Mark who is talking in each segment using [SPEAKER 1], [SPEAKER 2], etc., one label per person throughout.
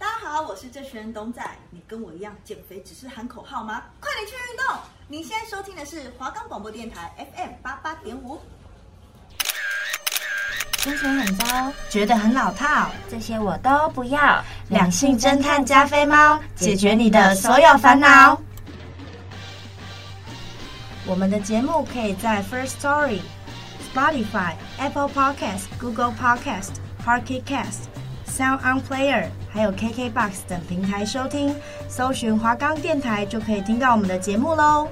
[SPEAKER 1] 好，我是郑轩东仔。你跟我一样减肥只是喊口号吗？快点去运动！您现在收听的是华冈广播电台 FM 八八点五。
[SPEAKER 2] 心情很糟，
[SPEAKER 3] 觉得很老套，
[SPEAKER 2] 这些我都不要。
[SPEAKER 3] 两性侦探加菲猫，解决你的所有烦恼。我们的节目可以在 First Story、Spotify、Apple Podcast、Google Podcast、Pocket Cast、Sound On Player，还有 KKBox 等平台收听，搜寻华冈电台就可以听到我们的节目喽。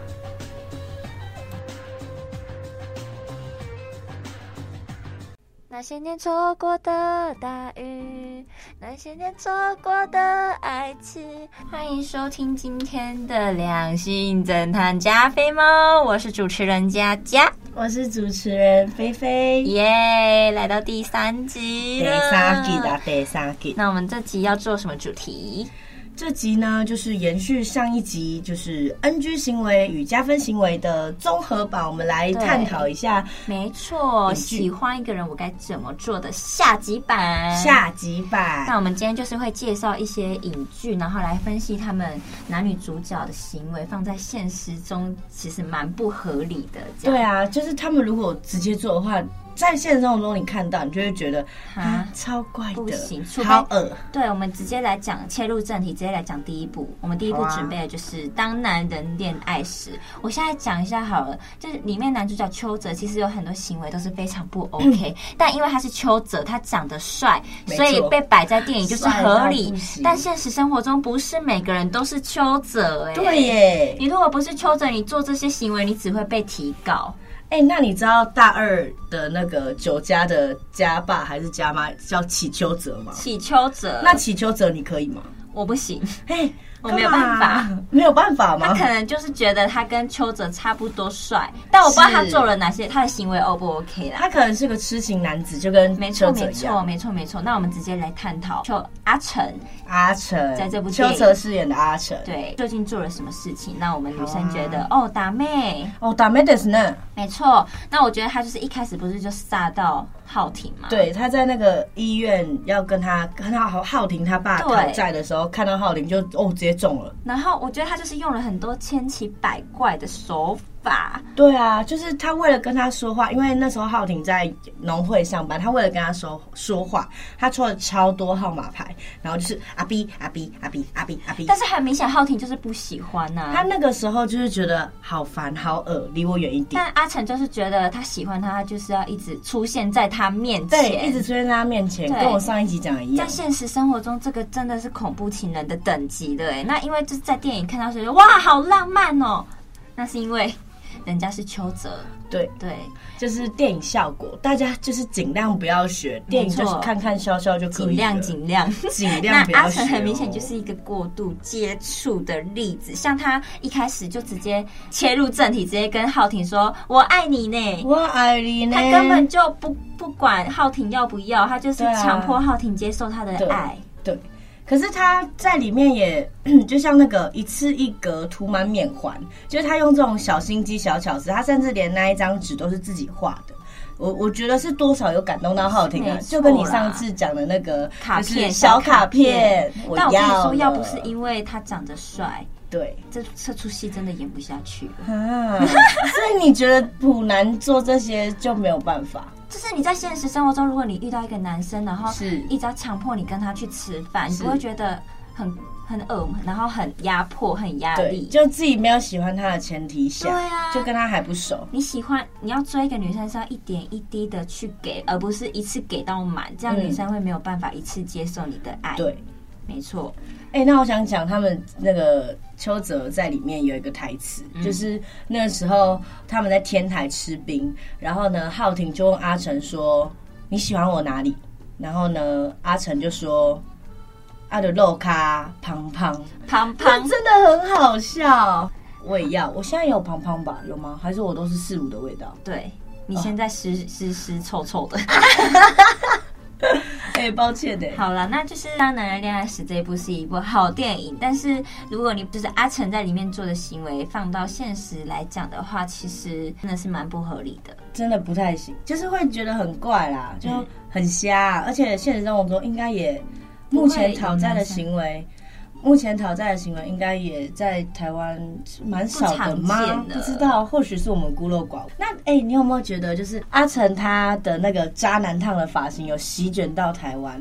[SPEAKER 2] 那些年错过的大雨，那些年错过的爱情。欢迎收听今天的两性侦探加菲猫，我是主持人佳佳，
[SPEAKER 3] 我是主持人菲菲，
[SPEAKER 2] 耶、来到第三集
[SPEAKER 3] 第
[SPEAKER 2] 了。
[SPEAKER 3] 三季啦，第三季。
[SPEAKER 2] 那我们这集要做什么主题？
[SPEAKER 3] 这集呢，就是延续上一集，就是 NG 行为与加分行为的综合版，我们来
[SPEAKER 2] 对
[SPEAKER 3] 探讨一下
[SPEAKER 2] 没错，
[SPEAKER 3] 影剧
[SPEAKER 2] 喜欢一个人我该怎么做的下集版。
[SPEAKER 3] 下集版。
[SPEAKER 2] 那我们今天就是会介绍一些影剧，然后来分析他们男女主角的行为放在现实中其实蛮不合理的。这
[SPEAKER 3] 对
[SPEAKER 2] 样
[SPEAKER 3] 啊，就是他们如果直接做的话，在现实生活中你看到，你就会觉得啊，超怪
[SPEAKER 2] 不行除非
[SPEAKER 3] 的，好恶。
[SPEAKER 2] 对，我们直接来讲，切入正题，直接来讲第一步。我们第一步
[SPEAKER 3] 好啊
[SPEAKER 2] 准备的就是当男人恋爱时。我现在讲一下好了，就是里面男主角邱泽其实有很多行为都是非常不 OK，、但 因为他是邱泽，他长得帅，
[SPEAKER 3] 没
[SPEAKER 2] 所以
[SPEAKER 3] 错
[SPEAKER 2] 被摆在电影就是合
[SPEAKER 3] 帅到
[SPEAKER 2] 理
[SPEAKER 3] 不。行
[SPEAKER 2] 但现实生活中不是每个人都是邱泽、哎，
[SPEAKER 3] 对耶，
[SPEAKER 2] 你如果不是邱泽，你做这些行为，你只会被提告。
[SPEAKER 3] 哎、那你知道大二的那个酒家的家爸还是家妈叫乞秋泽吗？
[SPEAKER 2] 起邱泽，
[SPEAKER 3] 那乞秋泽你可以吗？
[SPEAKER 2] 我不行，
[SPEAKER 3] 呃哎、
[SPEAKER 2] 我
[SPEAKER 3] 干
[SPEAKER 2] 没有办法
[SPEAKER 3] 嘛，没有办 法
[SPEAKER 2] 他
[SPEAKER 3] 吗
[SPEAKER 2] 可？能就是觉得他跟邱泽差不多帅，但我不知道他
[SPEAKER 3] 是
[SPEAKER 2] 做了哪些，他的行为 O 不 OK 啦。
[SPEAKER 3] 他可能是个痴情男子，就跟
[SPEAKER 2] 没错，
[SPEAKER 3] 邱泽
[SPEAKER 2] 没
[SPEAKER 3] 一
[SPEAKER 2] 错，
[SPEAKER 3] 样。
[SPEAKER 2] 没错，没错。那我们直接来探讨邱阿成
[SPEAKER 3] 阿成
[SPEAKER 2] 在这部电
[SPEAKER 3] 邱
[SPEAKER 2] 影
[SPEAKER 3] 泽饰演的阿成，
[SPEAKER 2] 对究竟做了什么事情，让我们女
[SPEAKER 3] 好
[SPEAKER 2] 生
[SPEAKER 3] 啊
[SPEAKER 2] 觉得、哦打妹，
[SPEAKER 3] 哦，打妹的是呢，
[SPEAKER 2] 没错。那我觉得他就是一开始不是就撒到浩廷嘛，
[SPEAKER 3] 对，他在那个医院要跟他跟他浩浩廷他爸
[SPEAKER 2] 对
[SPEAKER 3] 讨债的时候，看到浩廷就哦直接中了。
[SPEAKER 2] 然后我觉得他就是用了很多千奇百怪的手法，
[SPEAKER 3] 对啊，就是他为了跟他说话，因为那时候浩廷在农会上班，他为了跟他说说话，他抽了超多号码牌，然后就是阿 B 阿 B 阿 B 阿 B 阿 B，
[SPEAKER 2] 但是很明显浩廷就是不喜欢啊呐、
[SPEAKER 3] 他那个时候就是觉得好烦好恶，离我远一点。
[SPEAKER 2] 但阿成就是觉得他喜欢他，他就是要一直出现在他面
[SPEAKER 3] 对，
[SPEAKER 2] 前。
[SPEAKER 3] 一直出现在他面前，
[SPEAKER 2] 对
[SPEAKER 3] 跟我上一集讲的一样
[SPEAKER 2] 在。现实生活中，这个真的是恐怖情人的等级的哎。那因为就是在电影看到谁说哇好浪漫哦，那是因为人家是邱泽，
[SPEAKER 3] 对，
[SPEAKER 2] 对，
[SPEAKER 3] 就是电影效果，大家就是尽量不要学，电影就是看看笑笑就可以了。
[SPEAKER 2] 尽量尽量。
[SPEAKER 3] 尽量
[SPEAKER 2] 那
[SPEAKER 3] 不
[SPEAKER 2] 阿
[SPEAKER 3] 要学、
[SPEAKER 2] 成
[SPEAKER 3] 哦。
[SPEAKER 2] 很明显就是一个过度接触的例子，像他一开始就直接切入正题，直接跟浩廷说“我爱你”呢，
[SPEAKER 3] 我爱你呢，
[SPEAKER 2] 他根本就不不管浩廷要不要，他就是
[SPEAKER 3] 对啊
[SPEAKER 2] 强迫浩廷接受他的
[SPEAKER 3] 对
[SPEAKER 2] 爱。
[SPEAKER 3] 对。可是他在里面也 就像那个一次一格涂满缅怀，就是他用这种小心机、小巧思，他甚至连那一张纸都是自己画的。我我觉得是多少有感动到浩廷啊
[SPEAKER 2] 没，错
[SPEAKER 3] 就跟你上次讲的那个
[SPEAKER 2] 卡
[SPEAKER 3] 就是
[SPEAKER 2] 片
[SPEAKER 3] 小
[SPEAKER 2] 卡
[SPEAKER 3] 卡片，我
[SPEAKER 2] 但我跟你说，
[SPEAKER 3] 了
[SPEAKER 2] 要不是因为他长得帅，
[SPEAKER 3] 对
[SPEAKER 2] 这这出戏真的演不下去了。
[SPEAKER 3] 啊， 所以你觉得普男做这些就没有办法？
[SPEAKER 2] 就是你在现实生活中，如果你遇到一个男生，然后
[SPEAKER 3] 是
[SPEAKER 2] 一直要强迫你跟他去吃饭，你
[SPEAKER 3] 是
[SPEAKER 2] 不会觉得很很恶，然后很压迫、很压
[SPEAKER 3] 对，
[SPEAKER 2] 力。
[SPEAKER 3] 就自己没有喜欢他的前提下，
[SPEAKER 2] 对啊
[SPEAKER 3] 就跟他还不熟。
[SPEAKER 2] 你喜欢你要追一个女生是要一点一滴的去给，而不是一次给到满，这样
[SPEAKER 3] 嗯
[SPEAKER 2] 女生会没有办法一次接受你的爱。
[SPEAKER 3] 对，，
[SPEAKER 2] 没错，
[SPEAKER 3] 哎、那我想讲他们那个邱泽在里面有一个台词，就是那时候他们在天台吃冰，然后呢，浩廷就问阿成说：“你喜欢我哪里？”然后呢，阿成就说：“阿的肉咖胖胖，
[SPEAKER 2] 胖胖
[SPEAKER 3] 真的很好笑。”我也要，我现在有胖胖吧？有吗？还是我都是四五的味道？
[SPEAKER 2] 对你现在湿湿湿臭臭的。
[SPEAKER 3] 哎、抱歉的、
[SPEAKER 2] 好了，那就是《当男人恋爱时》这一部是一部好电影，但是如果你就是阿成在里面做的行为放到现实来讲的话，其实真的是蛮不合理的。
[SPEAKER 3] 真的不太行，就是会觉得很怪啦，就
[SPEAKER 2] 嗯
[SPEAKER 3] 很瞎啊、而且现实生活中应该也目前讨债的行为，目前讨债的行为应该也在台湾是蛮少的
[SPEAKER 2] 不
[SPEAKER 3] 吗
[SPEAKER 2] 常？见的
[SPEAKER 3] 不知道，或许是我们孤陋寡闻。那哎、你有没有觉得，就是阿成他的那个渣男烫的发型有席卷到台湾？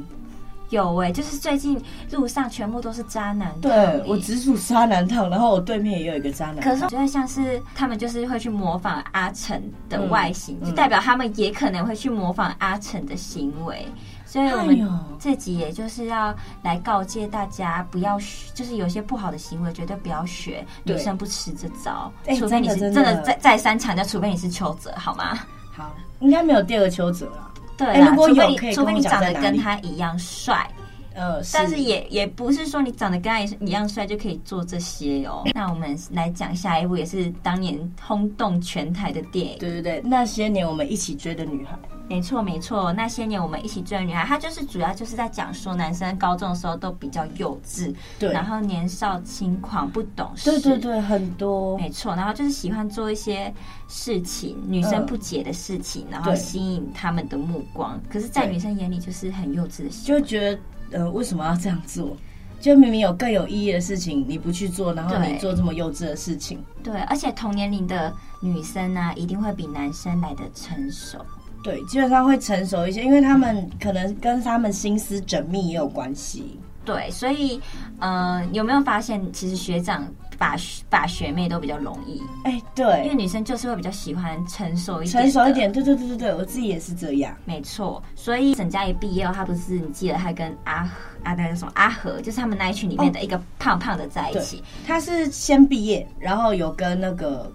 [SPEAKER 2] 有哎、就是最近路上全部都是渣男。啊
[SPEAKER 3] 对我
[SPEAKER 2] 只。
[SPEAKER 3] 直属渣男烫，然后我对面也有一个渣男烫。
[SPEAKER 2] 可是我觉得像是他们就是会去模仿阿成的外形，
[SPEAKER 3] 嗯
[SPEAKER 2] 就代表他们也可能会去模仿阿成的行为。所以我
[SPEAKER 3] 哎呦
[SPEAKER 2] 们这集也就是要来告诫大家，不要学，就是有些不好的行为绝对不要学。
[SPEAKER 3] 对
[SPEAKER 2] 女生不吃这招，
[SPEAKER 3] 哎
[SPEAKER 2] 除非你是
[SPEAKER 3] 真的
[SPEAKER 2] 真
[SPEAKER 3] 真
[SPEAKER 2] 的
[SPEAKER 3] 的
[SPEAKER 2] 再再三强调，除非你是邱泽，好吗？
[SPEAKER 3] 好，应该没有第二个邱泽了。
[SPEAKER 2] 对
[SPEAKER 3] 哎
[SPEAKER 2] 啦，
[SPEAKER 3] 如果
[SPEAKER 2] 除非
[SPEAKER 3] 有可以
[SPEAKER 2] 你除非
[SPEAKER 3] 跟我
[SPEAKER 2] 你
[SPEAKER 3] 讲
[SPEAKER 2] 长
[SPEAKER 3] 在
[SPEAKER 2] 得
[SPEAKER 3] 哪
[SPEAKER 2] 跟
[SPEAKER 3] 里
[SPEAKER 2] 他一样帅，
[SPEAKER 3] 呃，是
[SPEAKER 2] 但是也也不是说你长得跟他一样帅就可以做这些 哦。那我们来讲下一部，也是当年轰动全台的电影。
[SPEAKER 3] 对对对，那些年我们一起追的女孩，
[SPEAKER 2] 没错没错，那些年我们一起追的女孩，她就是主要就是在讲说男生高中的时候都比较幼稚，
[SPEAKER 3] 对
[SPEAKER 2] 然后年少轻狂不懂事，
[SPEAKER 3] 对对。对，很多，
[SPEAKER 2] 没错，然后就是喜欢做一些事情，女
[SPEAKER 3] 嗯
[SPEAKER 2] 生不解的事情，然后
[SPEAKER 3] 对
[SPEAKER 2] 吸引他们的目光。可是，在
[SPEAKER 3] 对
[SPEAKER 2] 女生眼里就是很幼稚的行
[SPEAKER 3] 就
[SPEAKER 2] 为。
[SPEAKER 3] 觉得呃，为什么要这样做？就明明有更有意义的事情，你不去做，然后
[SPEAKER 2] 对
[SPEAKER 3] 你做这么幼稚的事情，
[SPEAKER 2] 对，而且同年龄的女生呢、一定会比男生来的成熟。
[SPEAKER 3] 对，基本上会成熟一些，因为他
[SPEAKER 2] 嗯
[SPEAKER 3] 们可能跟他们心思缜密也有关系。
[SPEAKER 2] 对，所以，呃，有没有发现，其实学长把把学妹都比较容易，
[SPEAKER 3] 哎，
[SPEAKER 2] 因为
[SPEAKER 3] 对，
[SPEAKER 2] 女生就是会比较喜欢成熟一点，
[SPEAKER 3] 成熟一。点，对对对对对，我自己也是这样。
[SPEAKER 2] 没错，所以沈佳宜毕业后，她不是你记得她跟阿和啊，那个叫什么阿和，就是他们那一群里面的一个胖胖的在一起。
[SPEAKER 3] 他是先毕业，然后有跟那个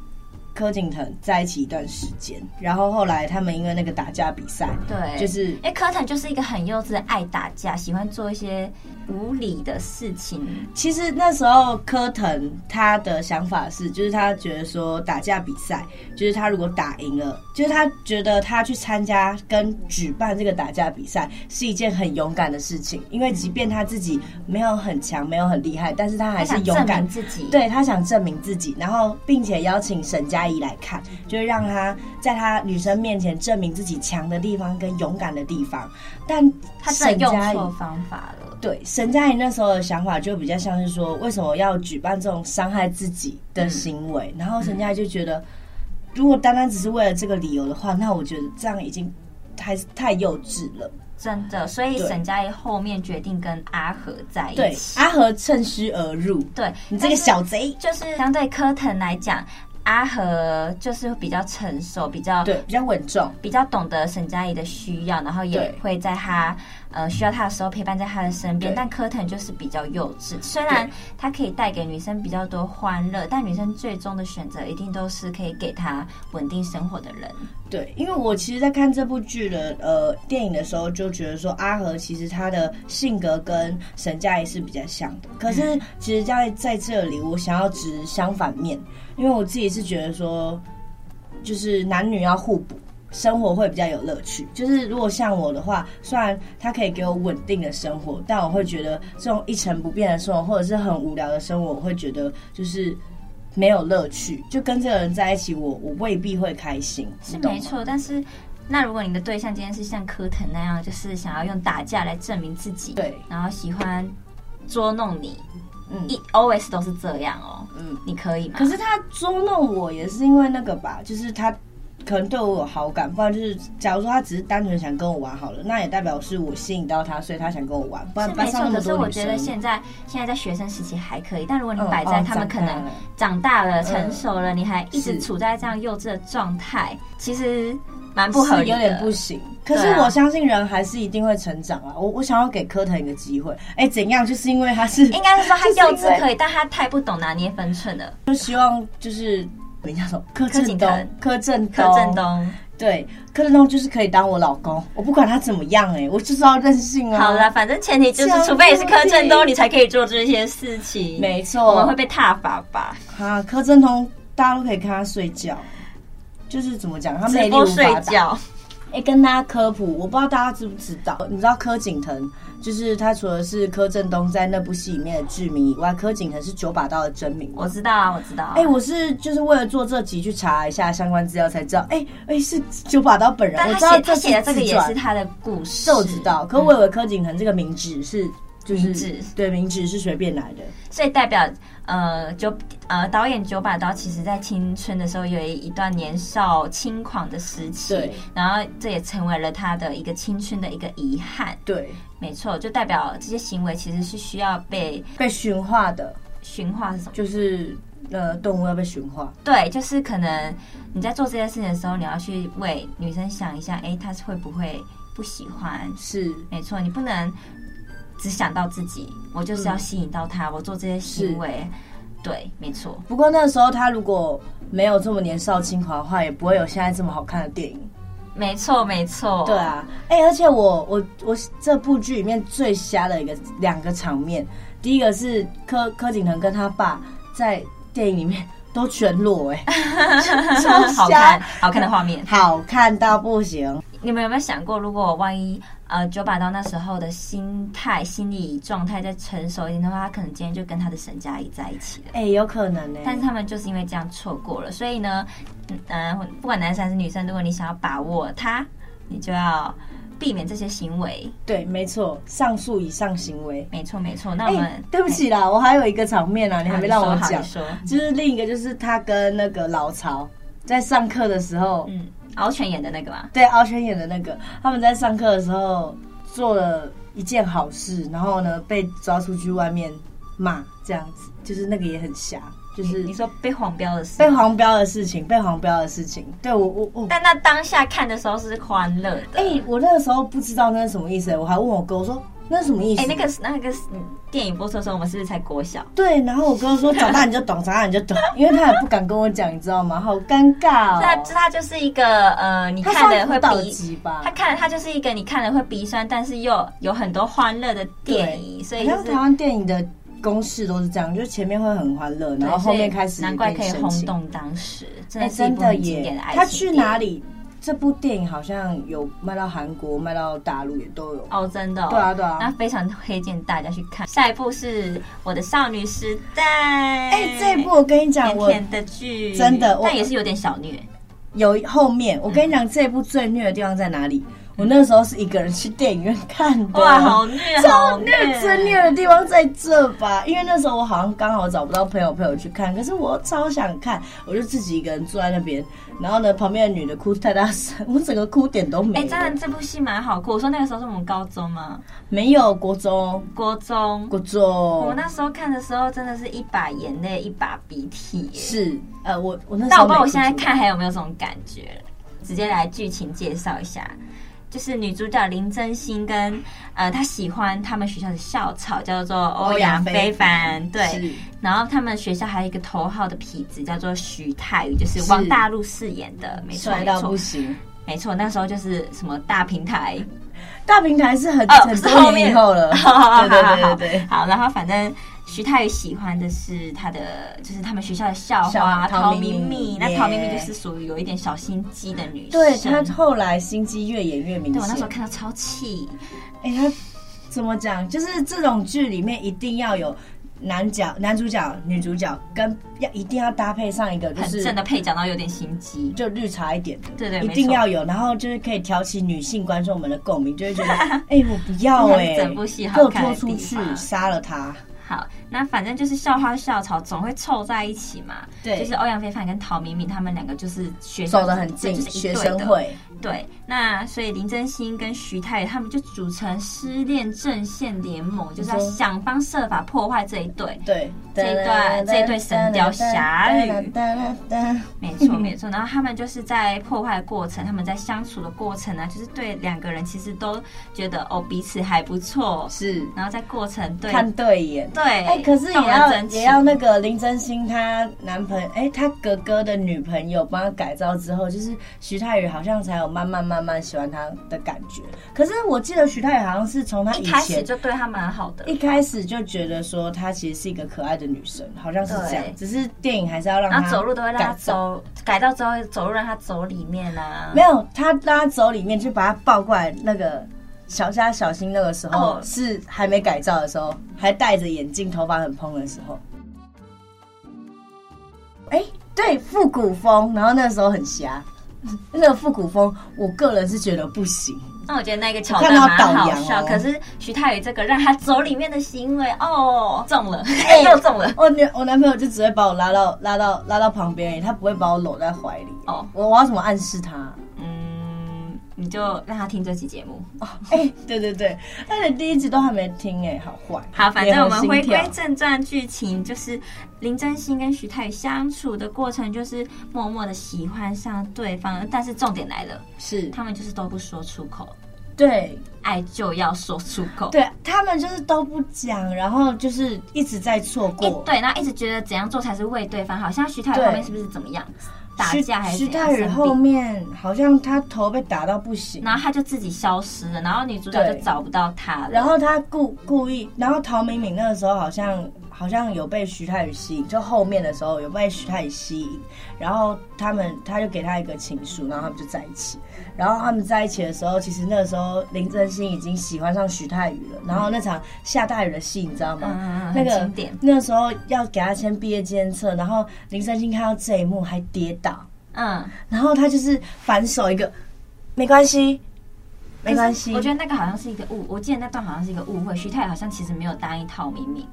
[SPEAKER 3] 柯景腾在一起一段时间，然后后来他们因为那个打架比赛，
[SPEAKER 2] 对，
[SPEAKER 3] 就是
[SPEAKER 2] 因为柯腾就是一个很幼稚的，爱打架，喜欢做一些无理的事情。
[SPEAKER 3] 其实那时候柯腾他的想法是，就是他觉得说打架比赛，就是他如果打赢了，就是他觉得他去参加跟举办这个打架比赛是一件很勇敢的事情，因为即便他自己没有很强，没有很厉害，但是他还
[SPEAKER 2] 她想
[SPEAKER 3] 是勇
[SPEAKER 2] 证
[SPEAKER 3] 敢
[SPEAKER 2] 明。自己，，
[SPEAKER 3] 对他想证明自己，然后并且邀请沈佳宜来看，就是让他在他女生面前证明自己强的地方跟勇敢的地方。但
[SPEAKER 2] 她真
[SPEAKER 3] 沈
[SPEAKER 2] 的用
[SPEAKER 3] 佳宜
[SPEAKER 2] 错方法了。
[SPEAKER 3] 对，沈佳宜那时候的想法就比较像是说，为什么要举办这种伤害自己的行为？然后沈佳宜就觉得，如果单单只是为了这个理由的话，那我觉得这样已经太太幼稚了。
[SPEAKER 2] 真的，所以
[SPEAKER 3] 对
[SPEAKER 2] 沈佳宜后面决定跟阿和在
[SPEAKER 3] 对
[SPEAKER 2] 一，起。
[SPEAKER 3] 阿和趁虚而入，
[SPEAKER 2] 对，
[SPEAKER 3] 你这个小贼，
[SPEAKER 2] 但是就是相对科腾来讲，阿和就是比较成熟，比较
[SPEAKER 3] 对，比较稳重。
[SPEAKER 2] 比较懂得沈佳宜的需要，然后也
[SPEAKER 3] 对
[SPEAKER 2] 会在他呃需要他的时候陪伴在他的身边。
[SPEAKER 3] 对
[SPEAKER 2] 但科腾就是比较幼稚，虽然他可以带给女生比较多欢乐，但女生最终的选择一定都是可以给她稳定生活的人。
[SPEAKER 3] 对，因为我其实，在看这部剧的呃电影的时候，就觉得说阿和其实他的性格跟沈佳宜是比较像的。可是其实在在这里，我想要指相反面，因为我自己是觉得说，就是男女要互补。生活会比较有乐趣，就是如果像我的话，虽然他可以给我稳定的生活，但我会觉得这种一成不变的生活，或者是很无聊的生活，我会觉得就是没有乐趣。就跟这个人在一起，我我未必会开心，
[SPEAKER 2] 是
[SPEAKER 3] 你懂吗
[SPEAKER 2] 没错，但是那如果你的对象今天是像科腾那样，就是想要用打架来证明自己，
[SPEAKER 3] 对，
[SPEAKER 2] 然后喜欢捉弄你，
[SPEAKER 3] 嗯
[SPEAKER 2] 一 always 都是这样哦，
[SPEAKER 3] 嗯。
[SPEAKER 2] 你可以吗？
[SPEAKER 3] 可是他捉弄我也是因为那个吧，就是他可能对我有好感，不然就是假如说他只是单纯想跟我玩好了，那也代表是我吸引到他，所以他想跟我玩，不然
[SPEAKER 2] 是
[SPEAKER 3] 班
[SPEAKER 2] 没
[SPEAKER 3] 上
[SPEAKER 2] 错，
[SPEAKER 3] 那
[SPEAKER 2] 可
[SPEAKER 3] 么
[SPEAKER 2] 是
[SPEAKER 3] 多
[SPEAKER 2] 我
[SPEAKER 3] 女
[SPEAKER 2] 觉
[SPEAKER 3] 生。
[SPEAKER 2] 得现在现在在学生时期还可以，但如果你
[SPEAKER 3] 嗯
[SPEAKER 2] 摆在
[SPEAKER 3] 哦
[SPEAKER 2] 他们
[SPEAKER 3] 长
[SPEAKER 2] 可
[SPEAKER 3] 大
[SPEAKER 2] 能
[SPEAKER 3] 了
[SPEAKER 2] 长大了、
[SPEAKER 3] 嗯
[SPEAKER 2] 成熟了，你还一直
[SPEAKER 3] 是
[SPEAKER 2] 处在这样幼稚的状态，其实蛮不合
[SPEAKER 3] 是
[SPEAKER 2] 理的，
[SPEAKER 3] 有点不行，可是
[SPEAKER 2] 对啊
[SPEAKER 3] 我相信人还是一定会成长啊！我我想要给柯腾一个机会，哎、怎样？就是因为他是，
[SPEAKER 2] 应该是说他
[SPEAKER 3] 就是因为
[SPEAKER 2] 幼稚可以，但他太不懂拿捏分寸了。
[SPEAKER 3] 就希望就是人家说柯
[SPEAKER 2] 景腾
[SPEAKER 3] 震东，柯震
[SPEAKER 2] 柯
[SPEAKER 3] 东，
[SPEAKER 2] 震东，
[SPEAKER 3] 对，柯震东就是可以当我老公，我不管他怎么样、哎，我就是要任性啊！
[SPEAKER 2] 好啦，反正前提就是
[SPEAKER 3] 这，样
[SPEAKER 2] 除非也是柯震
[SPEAKER 3] 不
[SPEAKER 2] 东，
[SPEAKER 3] 行
[SPEAKER 2] 你才可以做这些事情。
[SPEAKER 3] 没错，
[SPEAKER 2] 我们会被踏伐吧？
[SPEAKER 3] 啊，柯震东大家都可以看他睡觉，就是怎么讲，他魅
[SPEAKER 2] 直
[SPEAKER 3] 力啊无
[SPEAKER 2] 播
[SPEAKER 3] 法
[SPEAKER 2] 睡
[SPEAKER 3] 打。
[SPEAKER 2] 觉，
[SPEAKER 3] 哎、跟大家科普，我不知道大家知不知道，你知道柯景腾就是他除了是柯震东在那部戏里面的剧名以外，柯景腾是九把刀的真名吗
[SPEAKER 2] 我？知道啊，我知道啊。
[SPEAKER 3] 哎、我是就是为了做这集去查一下相关资料才知道，哎、哎、是九把刀本人，
[SPEAKER 2] 但
[SPEAKER 3] 我
[SPEAKER 2] 他
[SPEAKER 3] 知
[SPEAKER 2] 写他
[SPEAKER 3] 道是
[SPEAKER 2] 写的这个
[SPEAKER 3] 自
[SPEAKER 2] 也
[SPEAKER 3] 传
[SPEAKER 2] 是他的故事，
[SPEAKER 3] 这我知道，可
[SPEAKER 2] 嗯
[SPEAKER 3] 我以为柯景腾这个名字是就
[SPEAKER 2] 明
[SPEAKER 3] 是
[SPEAKER 2] 智
[SPEAKER 3] 对明智是随便来的，
[SPEAKER 2] 所以代表呃九呃导演九把刀，其实在青春的时候有一段年少轻狂的时期
[SPEAKER 3] 对，
[SPEAKER 2] 然后这也成为了他的一个青春的一个遗憾。
[SPEAKER 3] 对，
[SPEAKER 2] 没错，就代表这些行为其实是需要被
[SPEAKER 3] 被驯化的，
[SPEAKER 2] 驯化是什么？
[SPEAKER 3] 就是呃动物要被驯化，
[SPEAKER 2] 对，就是可能你在做这件事情的时候，你要去为女生想一下，哎，她会不会不喜欢？
[SPEAKER 3] 是
[SPEAKER 2] 没错，你不能只想到自己，我就是
[SPEAKER 3] 嗯
[SPEAKER 2] 要吸引到她，我做这些行为。对，没错，
[SPEAKER 3] 不过那时候他如果没有这么年少轻狂的话，也不会有现在这么好看的电影。
[SPEAKER 2] 没错，没错。
[SPEAKER 3] 对，啊，哎、而且我我我这部剧里面最瞎的一个两个场面，第一个是柯柯景腾跟他爸在电影里面都全裸、 哎，超瞎
[SPEAKER 2] 好看，好看的画面。
[SPEAKER 3] 好看到不行。
[SPEAKER 2] 你们有没有想过，如果万一呃九把刀那时候的心态、心理状态再成熟一点的话，他可能今天就跟他的沈佳宜在一起了。
[SPEAKER 3] 哎、有可能呢、
[SPEAKER 2] 但是他们就是因为这样错过了，所以呢，嗯、呃，不管男生还是女生，如果你想要把握它，你就要避免这些行为。
[SPEAKER 3] 对，没错，上述以上行为。
[SPEAKER 2] 没错，没错。那
[SPEAKER 3] 哎、
[SPEAKER 2] 我们、
[SPEAKER 3] 对不起啦，我还有一个场面啊，你
[SPEAKER 2] 哎，
[SPEAKER 3] 还没让我
[SPEAKER 2] 好
[SPEAKER 3] 讲
[SPEAKER 2] 你，说好你说
[SPEAKER 3] 就是另一个就是他跟那个老曹在上课的时候，
[SPEAKER 2] 嗯，敖犬演的那个嘛，
[SPEAKER 3] 对敖犬演的那个，他们在上课的时候做了一件好事，然后呢被抓出去外面骂，这样子，就是那个也很瞎，就
[SPEAKER 2] 你
[SPEAKER 3] 是
[SPEAKER 2] 你说被黄标的事
[SPEAKER 3] 被。黄标的事情，被黄标的事情。对我我我，
[SPEAKER 2] 但那当下看的时候是欢乐的。
[SPEAKER 3] 哎、我那个时候不知道那是什么意思、我还问我哥，我说那是什么意思？
[SPEAKER 2] 哎、那个那个嗯电影播出的时候，我们是不是才国小？
[SPEAKER 3] 对，然后我哥说长大你就懂，长大你就懂，因为他也不敢跟我讲，你知道吗？好尴尬
[SPEAKER 2] 那
[SPEAKER 3] 哦。
[SPEAKER 2] 它就是一个呃，你
[SPEAKER 3] 他
[SPEAKER 2] 看
[SPEAKER 3] 算
[SPEAKER 2] 了
[SPEAKER 3] 辅
[SPEAKER 2] 会
[SPEAKER 3] 导
[SPEAKER 2] 鼻
[SPEAKER 3] 级吧
[SPEAKER 2] 他？看他就是一个你看了会鼻酸，但是又有很多欢乐的电影，所以
[SPEAKER 3] 好
[SPEAKER 2] 就
[SPEAKER 3] 像
[SPEAKER 2] 是
[SPEAKER 3] 台湾电影的公式都是这样，就是前面会很欢乐，
[SPEAKER 2] 对
[SPEAKER 3] 然后后面开始
[SPEAKER 2] 所以难怪
[SPEAKER 3] 有
[SPEAKER 2] 可以
[SPEAKER 3] 点
[SPEAKER 2] 轰
[SPEAKER 3] 深情。
[SPEAKER 2] 动当时，真
[SPEAKER 3] 哎，
[SPEAKER 2] 的是一
[SPEAKER 3] 真
[SPEAKER 2] 部
[SPEAKER 3] 的
[SPEAKER 2] 很经典
[SPEAKER 3] 耶
[SPEAKER 2] 的爱！情。
[SPEAKER 3] 他去哪？里？这部电影好像有卖到韩国，卖到大陆也都有。
[SPEAKER 2] 哦，真的、哦，
[SPEAKER 3] 对啊，对
[SPEAKER 2] 那
[SPEAKER 3] 啊。
[SPEAKER 2] 非常推荐大家去看。下一部是《我的少女时代》，
[SPEAKER 3] 哎，这一部我跟你讲，
[SPEAKER 2] 甜
[SPEAKER 3] 我
[SPEAKER 2] 甜的剧，
[SPEAKER 3] 真的我
[SPEAKER 2] 但也是有点小虐。
[SPEAKER 3] 有后面，我跟你讲，这一部最虐的地方在哪里？我那时候是一个人去电影院看的。
[SPEAKER 2] 哇，好虐，
[SPEAKER 3] 啊超
[SPEAKER 2] 好
[SPEAKER 3] 虐最虐的地方在这吧，因为那时候我好像刚好找不到朋友陪我去看，可是我超想看，我就自己一个人坐在那边，然后呢，旁边的女的哭太大声，我整个哭点都
[SPEAKER 2] 哎、
[SPEAKER 3] 没了。
[SPEAKER 2] 真的这部戏蛮好哭。我说那个时候是我们高中吗？
[SPEAKER 3] 没有国中，
[SPEAKER 2] 国中。
[SPEAKER 3] 国
[SPEAKER 2] 我
[SPEAKER 3] 中
[SPEAKER 2] 那时候看的时候，真的是一把眼泪一把鼻涕耶。
[SPEAKER 3] 是呃，我我那时
[SPEAKER 2] 但我
[SPEAKER 3] 候没哭出来。
[SPEAKER 2] 不知道我现在看还有没有这种感觉了。直接来剧情介绍一下，就是女主角林真心跟呃她喜欢他们学校的校草叫做欧阳非凡，对。
[SPEAKER 3] 是
[SPEAKER 2] 然后他们学校还有一个头号的痞子叫做徐泰宇，就是
[SPEAKER 3] 是
[SPEAKER 2] 汪大陆饰演的，没错
[SPEAKER 3] 帅
[SPEAKER 2] 没
[SPEAKER 3] 到不
[SPEAKER 2] 错
[SPEAKER 3] 行。
[SPEAKER 2] 没错。那时候就是什么大平台，
[SPEAKER 3] 大平台是很、
[SPEAKER 2] 哦
[SPEAKER 3] 很
[SPEAKER 2] 是后
[SPEAKER 3] 多
[SPEAKER 2] 面
[SPEAKER 3] 年以后了，
[SPEAKER 2] 好好好
[SPEAKER 3] 对对
[SPEAKER 2] 好
[SPEAKER 3] 对
[SPEAKER 2] 好
[SPEAKER 3] 对对。
[SPEAKER 2] 好，然后反正徐太宇喜欢的是他的，就是他们学校的校花
[SPEAKER 3] 校
[SPEAKER 2] 陶
[SPEAKER 3] 陶
[SPEAKER 2] 明
[SPEAKER 3] 明
[SPEAKER 2] 明
[SPEAKER 3] 明，
[SPEAKER 2] 那陶明
[SPEAKER 3] 耶
[SPEAKER 2] 明就是属于有一点小心机的女生。
[SPEAKER 3] 对他后来心机越演越明
[SPEAKER 2] 对
[SPEAKER 3] 显。
[SPEAKER 2] 我那时候看到超气，
[SPEAKER 3] 哎、他怎么讲？就是这种剧里面一定要有男角、男主角、女主角，跟要一定要搭配上一个就
[SPEAKER 2] 很
[SPEAKER 3] 是
[SPEAKER 2] 正的配角，然后有点心机。
[SPEAKER 3] 就绿茶一点的，
[SPEAKER 2] 对对
[SPEAKER 3] 一
[SPEAKER 2] 没
[SPEAKER 3] 定
[SPEAKER 2] 错
[SPEAKER 3] 要有，然后就是可以挑起女性观众们的共鸣，就会觉得，哎、我不 要
[SPEAKER 2] 这才
[SPEAKER 3] 哎、
[SPEAKER 2] 是整部戏
[SPEAKER 3] 给
[SPEAKER 2] 好
[SPEAKER 3] 我
[SPEAKER 2] 看的
[SPEAKER 3] 拖
[SPEAKER 2] 地
[SPEAKER 3] 出去，
[SPEAKER 2] 方
[SPEAKER 3] 杀了他，
[SPEAKER 2] 好，那反正就是校花校草总会凑在一起嘛。
[SPEAKER 3] 对
[SPEAKER 2] 就是欧阳非凡跟陶明明他们两个就是学
[SPEAKER 3] 走得很近，
[SPEAKER 2] 对就是一
[SPEAKER 3] 学
[SPEAKER 2] 对
[SPEAKER 3] 生
[SPEAKER 2] 的
[SPEAKER 3] 会，
[SPEAKER 2] 对，那所以林真心跟徐太宇他们就组成失恋阵线联
[SPEAKER 3] 嗯
[SPEAKER 2] 盟，就是要
[SPEAKER 3] 你说
[SPEAKER 2] 想方设法破坏这一对。
[SPEAKER 3] 对，
[SPEAKER 2] 这一段这一对神雕侠侣没
[SPEAKER 3] 嗯
[SPEAKER 2] 错，没错。然后他们就是在破坏过程，他们在相处的过程呢、啊就是对两个人其实都觉得哦彼此还不错，
[SPEAKER 3] 是
[SPEAKER 2] 然后在过程对
[SPEAKER 3] 看对眼，
[SPEAKER 2] 对，
[SPEAKER 3] 哎、可是
[SPEAKER 2] 动
[SPEAKER 3] 也
[SPEAKER 2] 了
[SPEAKER 3] 要
[SPEAKER 2] 真情
[SPEAKER 3] 也要那个林真心她男朋友，哎、她哥哥的女朋友帮她改造之后，就是徐太宇好像才有慢慢慢慢喜欢她的感觉。可是我记得徐太宇好像是从她以
[SPEAKER 2] 一开始
[SPEAKER 3] 前
[SPEAKER 2] 就对他蛮好的
[SPEAKER 3] 一，开始就觉得说她其实是一个可爱的女生，好像是这
[SPEAKER 2] 对
[SPEAKER 3] 样。只是电影还是要让
[SPEAKER 2] 然
[SPEAKER 3] 她
[SPEAKER 2] 后走路都会让他
[SPEAKER 3] 啊改造。
[SPEAKER 2] 走，改造之后走路让他走里面啊
[SPEAKER 3] 没。有，他拉走里面就把她抱过来那个。小家小心那个时候、
[SPEAKER 2] 哦
[SPEAKER 3] 是还没改造的时候，还戴着眼镜，头发很蓬的时候。哎、对，复古风，然后那时候很瞎，那个复古风，我个人是觉得不行，
[SPEAKER 2] 那我觉得那个桥段蛮好笑，
[SPEAKER 3] 我看到导阳哦
[SPEAKER 2] 可是徐太宇这个让他走里面的行为，哦，中了，
[SPEAKER 3] 哎
[SPEAKER 2] 又中了。
[SPEAKER 3] 我男我男朋友就只会把我拉到拉到拉到旁边而已，他不会把我搂在怀里。
[SPEAKER 2] 哦
[SPEAKER 3] 哦，我我要怎么暗示他？
[SPEAKER 2] 嗯，你就让他听这期节目。
[SPEAKER 3] 哎、对对对，他连第一集都还没听哎、好坏。
[SPEAKER 2] 好，反正我们回
[SPEAKER 3] 联合心跳
[SPEAKER 2] 归正传剧情，就是林真心跟徐太宇相处的过程，就是默默的喜欢上对方，但是重点来了，
[SPEAKER 3] 是，
[SPEAKER 2] 他们就是都不说出口，
[SPEAKER 3] 对
[SPEAKER 2] 爱就要说出口。
[SPEAKER 3] 对，他们就是都不讲，然后就是一直在错
[SPEAKER 2] 一
[SPEAKER 3] 过。
[SPEAKER 2] 对，然后一直觉得怎样做才是为对方好，像徐太宇
[SPEAKER 3] 对
[SPEAKER 2] 后面是不是怎么样打
[SPEAKER 3] 徐
[SPEAKER 2] 架还是
[SPEAKER 3] 徐
[SPEAKER 2] 怎样
[SPEAKER 3] 太宇
[SPEAKER 2] 生
[SPEAKER 3] 后
[SPEAKER 2] 病
[SPEAKER 3] 面好像他头被打到不行，
[SPEAKER 2] 然后他就自己消失了，然后女主角
[SPEAKER 3] 对
[SPEAKER 2] 就找不到他了。
[SPEAKER 3] 然后他故故意，然后陶敏敏那个时候好像好像有被徐太宇吸引，就后面的时候有被徐太宇吸引，然后他们他就给他一个情书，然后他们就在一起。然后他们在一起的时候，其实那个时候林真心已经喜欢上徐太宇了。然后那场下大雨的戏，你知道吗？
[SPEAKER 2] 嗯嗯嗯
[SPEAKER 3] 那
[SPEAKER 2] 很
[SPEAKER 3] 个
[SPEAKER 2] 经典
[SPEAKER 3] 那时候要给他签毕业纪念册，然后林真心看到这一幕还跌倒，
[SPEAKER 2] 嗯，
[SPEAKER 3] 然后他就是反手一个，没关系，没关系，
[SPEAKER 2] 我觉得那个好像是一个误，我记得那段好像是一个误会。徐太好像其实没有答应陶敏敏，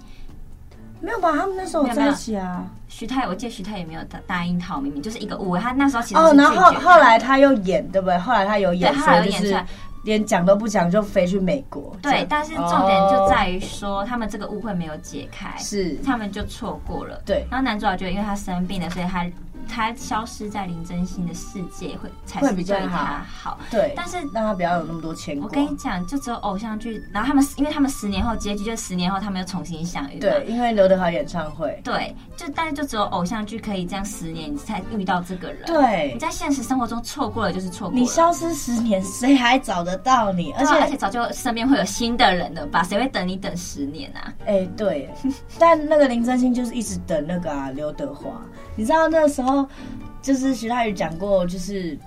[SPEAKER 3] 没有吧？他们那时候有在一起啊。
[SPEAKER 2] 徐太我记得徐太也没有答答应陶敏敏，就是一个误会。他那时候其实
[SPEAKER 3] 哦，然后
[SPEAKER 2] 拒绝
[SPEAKER 3] 后来他又演，对不对？后来他有
[SPEAKER 2] 对
[SPEAKER 3] 演，
[SPEAKER 2] 他
[SPEAKER 3] 所
[SPEAKER 2] 还有
[SPEAKER 3] 以
[SPEAKER 2] 演
[SPEAKER 3] 就
[SPEAKER 2] 出
[SPEAKER 3] 是
[SPEAKER 2] 来，
[SPEAKER 3] 连讲都不讲就飞去美国。这
[SPEAKER 2] 对，
[SPEAKER 3] 样
[SPEAKER 2] 但是重点就在
[SPEAKER 3] 哦
[SPEAKER 2] 于说他们这个误会没有解开，
[SPEAKER 3] 是，
[SPEAKER 2] 他们就错过了。
[SPEAKER 3] 对
[SPEAKER 2] 然后男主角觉得因为他生病了，所以他他消失在林真心的世界会才是
[SPEAKER 3] 会比较
[SPEAKER 2] 对他
[SPEAKER 3] 好
[SPEAKER 2] 好。
[SPEAKER 3] 对，
[SPEAKER 2] 但是
[SPEAKER 3] 让他不要有那么多牵
[SPEAKER 2] 我
[SPEAKER 3] 挂。
[SPEAKER 2] 跟你讲，就只有偶像剧，然后他们因为他们十年后结局就是十年后他们又重新相遇嘛。
[SPEAKER 3] 对，因为刘德华演唱会，
[SPEAKER 2] 对，就但是就只有偶像剧可以这样十年你才遇到这个人。，
[SPEAKER 3] 对
[SPEAKER 2] 你，在现实生活中错过了就是错过了。
[SPEAKER 3] 你消失十年，谁还找得到你？而
[SPEAKER 2] 对啊而
[SPEAKER 3] 且
[SPEAKER 2] 且，早就身边会有新的人了吧？谁会等你等十年啊？
[SPEAKER 3] 哎，对，但那个林真心就是一直等那个啊刘德华。你知道那时候就是徐太宇讲过，就是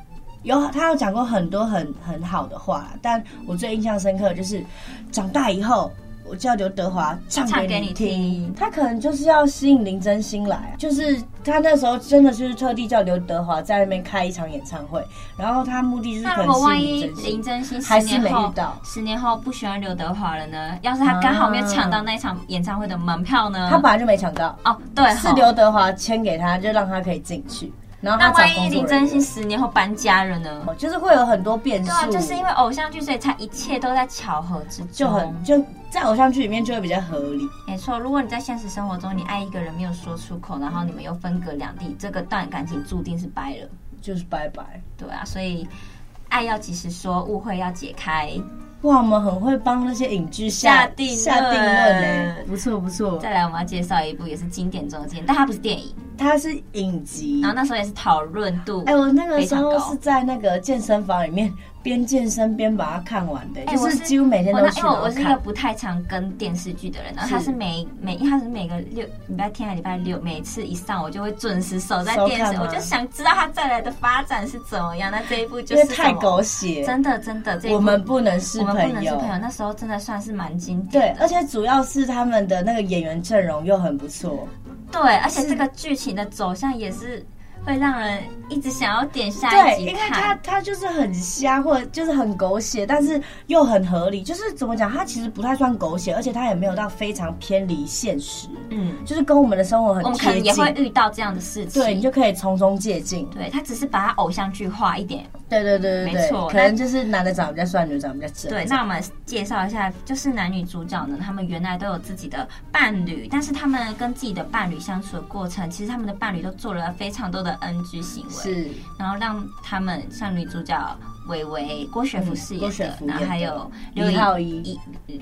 [SPEAKER 3] 有他有讲过很多很很好的话啦，但我最印象深刻的就是长大以后。我叫刘德华唱
[SPEAKER 2] 唱
[SPEAKER 3] 给
[SPEAKER 2] 给
[SPEAKER 3] 你
[SPEAKER 2] 你
[SPEAKER 3] 听
[SPEAKER 2] 听，
[SPEAKER 3] 他可能就是要吸引林真心来啊，就是他那时候真的就是特地叫刘德华在那边开一场演唱会，然后他目的就是
[SPEAKER 2] 那
[SPEAKER 3] 可
[SPEAKER 2] 如果
[SPEAKER 3] 能吸
[SPEAKER 2] 万
[SPEAKER 3] 引
[SPEAKER 2] 一
[SPEAKER 3] 林真
[SPEAKER 2] 林
[SPEAKER 3] 心，
[SPEAKER 2] 真心
[SPEAKER 3] 还
[SPEAKER 2] 十
[SPEAKER 3] 是
[SPEAKER 2] 年
[SPEAKER 3] 没
[SPEAKER 2] 后
[SPEAKER 3] 遇到
[SPEAKER 2] 十年后不喜欢刘德华了呢？要是他刚好没有抢到那一场演唱会的门票呢？
[SPEAKER 3] 啊他本来就没抢到，
[SPEAKER 2] 哦，对，
[SPEAKER 3] 是刘。德华签给他，就让他可以进去。然后
[SPEAKER 2] 那
[SPEAKER 3] 他
[SPEAKER 2] 万一
[SPEAKER 3] 找工作
[SPEAKER 2] 林
[SPEAKER 3] 人
[SPEAKER 2] 真心
[SPEAKER 3] 员，
[SPEAKER 2] 十年后搬家了呢？
[SPEAKER 3] 哦就是会有很多变数，
[SPEAKER 2] 对啊，就是因为哦偶像剧，所以才一切都在巧合之中。
[SPEAKER 3] 就很就在偶像剧里面就会比较合理。
[SPEAKER 2] 没错，如果你在现实生活中你爱一个人没有说出口，然后你们又分隔两地，这个段感情注定是掰了。
[SPEAKER 3] 就是拜拜。
[SPEAKER 2] 对啊，所以爱要及时说，误会要解开。
[SPEAKER 3] 哇，我们很会帮那些影剧下
[SPEAKER 2] 下定论
[SPEAKER 3] 下定论欸嘞、不错不错。
[SPEAKER 2] 再来，我们要介绍一部也是经典中的经典，但它不是电影。
[SPEAKER 3] 它是影集。
[SPEAKER 2] 然后那时候也是讨论度，
[SPEAKER 3] 哎、我那个时
[SPEAKER 2] 非
[SPEAKER 3] 候
[SPEAKER 2] 常高
[SPEAKER 3] 是在那个健身房里面边健身边把它看完的、欸
[SPEAKER 2] 哎
[SPEAKER 3] 就
[SPEAKER 2] 我
[SPEAKER 3] 是几乎每天
[SPEAKER 2] 我
[SPEAKER 3] 都
[SPEAKER 2] 那
[SPEAKER 3] 去
[SPEAKER 2] 因
[SPEAKER 3] 然
[SPEAKER 2] 为
[SPEAKER 3] 后
[SPEAKER 2] 我是一个
[SPEAKER 3] 看。
[SPEAKER 2] 不太常跟电视剧的人，然后他
[SPEAKER 3] 是
[SPEAKER 2] 是每每因为他是每个六礼拜天还礼拜六，每次一上我就会准时守在
[SPEAKER 3] 收
[SPEAKER 2] 电视，
[SPEAKER 3] 看吗
[SPEAKER 2] 我就想知道他再来的发展是怎么样。那这一部就
[SPEAKER 3] 因为
[SPEAKER 2] 是
[SPEAKER 3] 太
[SPEAKER 2] 什么
[SPEAKER 3] 狗血，
[SPEAKER 2] 真的真的，这一部
[SPEAKER 3] 我们不能是
[SPEAKER 2] 我们
[SPEAKER 3] 朋
[SPEAKER 2] 不能是
[SPEAKER 3] 友
[SPEAKER 2] 朋。友，那时候真的算是蛮经典
[SPEAKER 3] 对，
[SPEAKER 2] 的。
[SPEAKER 3] 而且主要是他们的那个演员阵容又很不错，
[SPEAKER 2] 对，而且这个剧情的走向也是会让人一直想要点下一
[SPEAKER 3] 对，
[SPEAKER 2] 集
[SPEAKER 3] 因为他
[SPEAKER 2] 看。
[SPEAKER 3] 他就是很瞎，或者就是很狗血，但是又很合理。就是怎么讲，他其实不太算狗血，而且他也没有到非常偏离现实，
[SPEAKER 2] 嗯，
[SPEAKER 3] 就是跟我们的生活
[SPEAKER 2] 我
[SPEAKER 3] 很
[SPEAKER 2] 们可
[SPEAKER 3] 贴
[SPEAKER 2] 能也
[SPEAKER 3] 近
[SPEAKER 2] 会。遇到这样的事情。
[SPEAKER 3] 对，你就可以从中借鉴。
[SPEAKER 2] 对他只是把它偶像剧化一点。
[SPEAKER 3] 对对对对
[SPEAKER 2] 没
[SPEAKER 3] 对，
[SPEAKER 2] 错
[SPEAKER 3] 可能就是男的长得比较帅，女的长得比较正。
[SPEAKER 2] 对，那我们介绍一下，就是男女主角呢，他们原来都有自己的伴侣，但是他们跟自己的伴侣相处的过程，其实他们的伴侣都做了非常多的 NG 行为。
[SPEAKER 3] 是
[SPEAKER 2] 然后让他们像女主角薇薇郭雪芙饰
[SPEAKER 3] 嗯郭
[SPEAKER 2] 演
[SPEAKER 3] 雪
[SPEAKER 2] 的，
[SPEAKER 3] 芙
[SPEAKER 2] 然后
[SPEAKER 3] 演
[SPEAKER 2] 还
[SPEAKER 3] 的
[SPEAKER 2] 有
[SPEAKER 3] 李
[SPEAKER 2] 刘以
[SPEAKER 3] 浩一
[SPEAKER 2] 以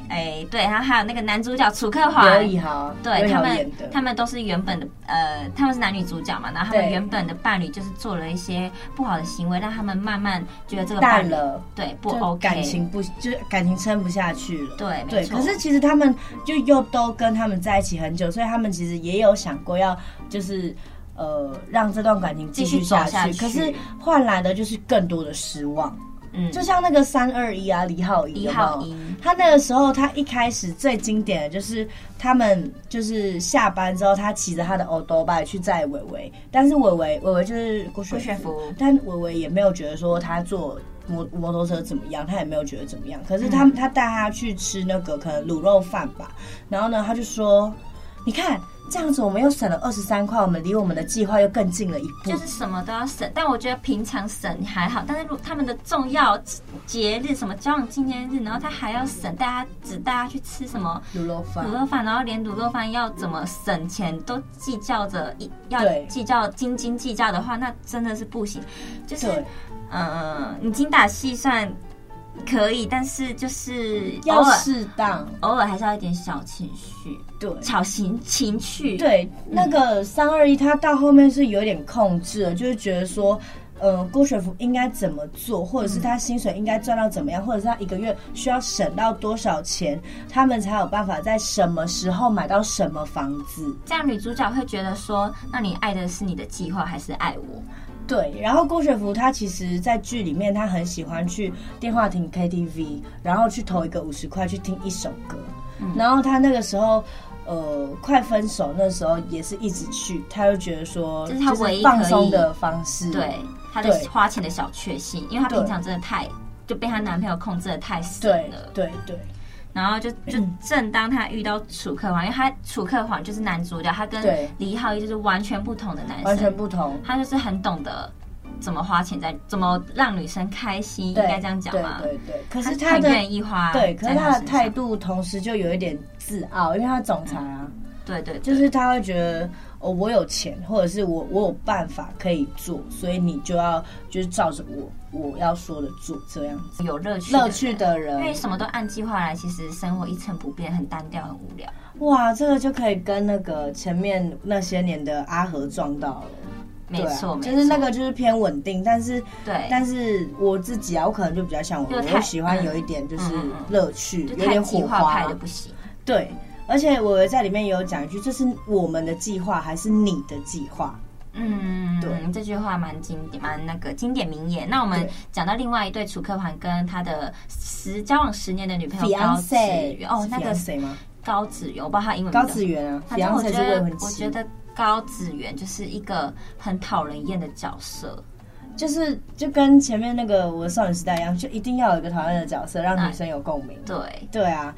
[SPEAKER 2] 哎对，然后还有那个男主角楚克华
[SPEAKER 3] 刘，以豪，
[SPEAKER 2] 对
[SPEAKER 3] 刘以
[SPEAKER 2] 他
[SPEAKER 3] 豪
[SPEAKER 2] 们
[SPEAKER 3] 演的，
[SPEAKER 2] 他们都是原本的呃，他们是男女主角嘛，然后他们
[SPEAKER 3] 对
[SPEAKER 2] 原本的伴侣就是做了一些不好的行为，让他们慢慢觉得这个
[SPEAKER 3] 淡
[SPEAKER 2] 伴侣
[SPEAKER 3] 了。
[SPEAKER 2] 对不
[SPEAKER 3] 就
[SPEAKER 2] OK，
[SPEAKER 3] 感情不就是感情撑不下去了。
[SPEAKER 2] 对没
[SPEAKER 3] 对，
[SPEAKER 2] 错
[SPEAKER 3] 可是其实他们就又都跟他们在一起很久，所以他们其实也有想过要就是呃让这段感情继续
[SPEAKER 2] 继续走
[SPEAKER 3] 下
[SPEAKER 2] 下
[SPEAKER 3] 去，
[SPEAKER 2] 去
[SPEAKER 3] 可是换来的就是更多的失望。
[SPEAKER 2] 嗯，
[SPEAKER 3] 就像那个三二一啊，李浩一，
[SPEAKER 2] 李
[SPEAKER 3] 有没
[SPEAKER 2] 浩
[SPEAKER 3] 有
[SPEAKER 2] 一
[SPEAKER 3] 他那个时候，他一开始最经典的就是他们就是下班之后，他骑着他的欧多拜去载伟伟，但是伟伟伟伟就是郭
[SPEAKER 2] 郭
[SPEAKER 3] 雪
[SPEAKER 2] 雪
[SPEAKER 3] 芙，
[SPEAKER 2] 芙，
[SPEAKER 3] 但伟伟也没有觉得说他做摩摩托车怎么样，他也没有觉得怎么样。可是
[SPEAKER 2] 嗯
[SPEAKER 3] 他、他带他去吃那个可能卤肉饭吧，然后呢，他就说，你看这样子我们又省了二十三块，我们离我们的计划又更近了一步。
[SPEAKER 2] 就是什么都要省，但我觉得平常省还好，但是如果他们的重要节日，什么交往纪念日，然后他还要省，大家只带他去吃什么
[SPEAKER 3] 卤肉饭
[SPEAKER 2] 卤肉饭，然后连卤肉饭要怎么省钱都计较着，一要
[SPEAKER 3] 对
[SPEAKER 2] 计较斤斤计较的话，那真的是不行。就是
[SPEAKER 3] 对，
[SPEAKER 2] 呃，你精打细算可以，但是就是偶
[SPEAKER 3] 要
[SPEAKER 2] 尔
[SPEAKER 3] 适当。
[SPEAKER 2] 偶尔还是要一点小情绪，
[SPEAKER 3] 对
[SPEAKER 2] 小情情趣，，
[SPEAKER 3] 对，那个三二一，他到后面是有点控制了，就是觉得说。呃，郭雪芙应该怎么做，或者是他薪水应该赚到怎么样，或者是他一个月需要省到多少钱，他们才有办法在什么时候买到什么房子。
[SPEAKER 2] 这样女主角会觉得说，那你爱的是你的计划还是爱我？
[SPEAKER 3] 对，然后郭雪芙她其实，在剧里面她很喜欢去电话亭 KTV，然后去投一个五十块去听一首歌。
[SPEAKER 2] 嗯
[SPEAKER 3] 然后她那个时候，呃，快分手那时候也是一直去，她就觉得说，
[SPEAKER 2] 这是她唯一
[SPEAKER 3] 放
[SPEAKER 2] 可
[SPEAKER 3] 松
[SPEAKER 2] 以
[SPEAKER 3] 的方式。
[SPEAKER 2] 对，她的
[SPEAKER 3] 嗯对
[SPEAKER 2] 花钱的小确幸，因为她
[SPEAKER 3] 对
[SPEAKER 2] 平常真的太就被她男朋友控制的太死
[SPEAKER 3] 对嗯
[SPEAKER 2] 了，
[SPEAKER 3] 对对
[SPEAKER 2] 然后就就正当她遇到楚克皇，因为她楚克皇就是男主角，他跟
[SPEAKER 3] 对
[SPEAKER 2] 李浩一就是完全不同的男生，
[SPEAKER 3] 完全不同。
[SPEAKER 2] 他就是很懂得怎么花钱在，怎么让女生开心，应
[SPEAKER 3] 对
[SPEAKER 2] 该这样讲吗？
[SPEAKER 3] 对对对，可
[SPEAKER 2] 他
[SPEAKER 3] 是她的
[SPEAKER 2] 很愿意花在
[SPEAKER 3] 对，
[SPEAKER 2] 身上，
[SPEAKER 3] 可是她的态度同时就有一点自傲，因为她总裁啊，
[SPEAKER 2] 对对，
[SPEAKER 3] 就
[SPEAKER 2] 就是
[SPEAKER 3] 是她会觉得。哦，我有钱，或者是我我有办法可以做，所以你就要就是照着我我要说的做这样子。
[SPEAKER 2] 有乐趣
[SPEAKER 3] 乐趣
[SPEAKER 2] 人
[SPEAKER 3] 的
[SPEAKER 2] 因为
[SPEAKER 3] 人，
[SPEAKER 2] 什么都按计划来，其实生活一成不变，很单调，很无聊。
[SPEAKER 3] 哇，这个就可以跟那个前面那些年的阿和撞到了。
[SPEAKER 2] 没错，
[SPEAKER 3] 对啊
[SPEAKER 2] 没错
[SPEAKER 3] 就是那个就是偏稳定，但是
[SPEAKER 2] 对，
[SPEAKER 3] 但是我自己啊，我可能就比较像我，
[SPEAKER 2] 就
[SPEAKER 3] 我
[SPEAKER 2] 太
[SPEAKER 3] 会喜欢有一点就是
[SPEAKER 2] 嗯嗯嗯
[SPEAKER 3] 乐趣，
[SPEAKER 2] 就
[SPEAKER 3] 有
[SPEAKER 2] 太
[SPEAKER 3] 点
[SPEAKER 2] 计
[SPEAKER 3] 火
[SPEAKER 2] 划
[SPEAKER 3] 花
[SPEAKER 2] 派的。不行。
[SPEAKER 3] 对，而且我在里面也有讲一句，这是我们的计划还是你的计划？
[SPEAKER 2] 嗯，
[SPEAKER 3] 对
[SPEAKER 2] 这句话蛮经典，蛮那个经典名言。那我们
[SPEAKER 3] 对
[SPEAKER 2] 讲到另外一对楚克环跟他的十交往十年的女朋友高子
[SPEAKER 3] fiance
[SPEAKER 2] 源，哦，那个
[SPEAKER 3] 谁吗？
[SPEAKER 2] 高子源，我不知道他英文名
[SPEAKER 3] 高
[SPEAKER 2] 字
[SPEAKER 3] 子源啊
[SPEAKER 2] 反正我
[SPEAKER 3] ，fiance
[SPEAKER 2] 觉
[SPEAKER 3] 是未
[SPEAKER 2] 得
[SPEAKER 3] 婚，
[SPEAKER 2] 我
[SPEAKER 3] 妻
[SPEAKER 2] 觉，得高子源就是一个很讨人厌的角色，
[SPEAKER 3] 就是就跟前面那个我的少女时代一样，就一定要有一个讨厌的角色，让
[SPEAKER 2] 哎
[SPEAKER 3] 女生有共鸣。
[SPEAKER 2] 对，
[SPEAKER 3] 对啊，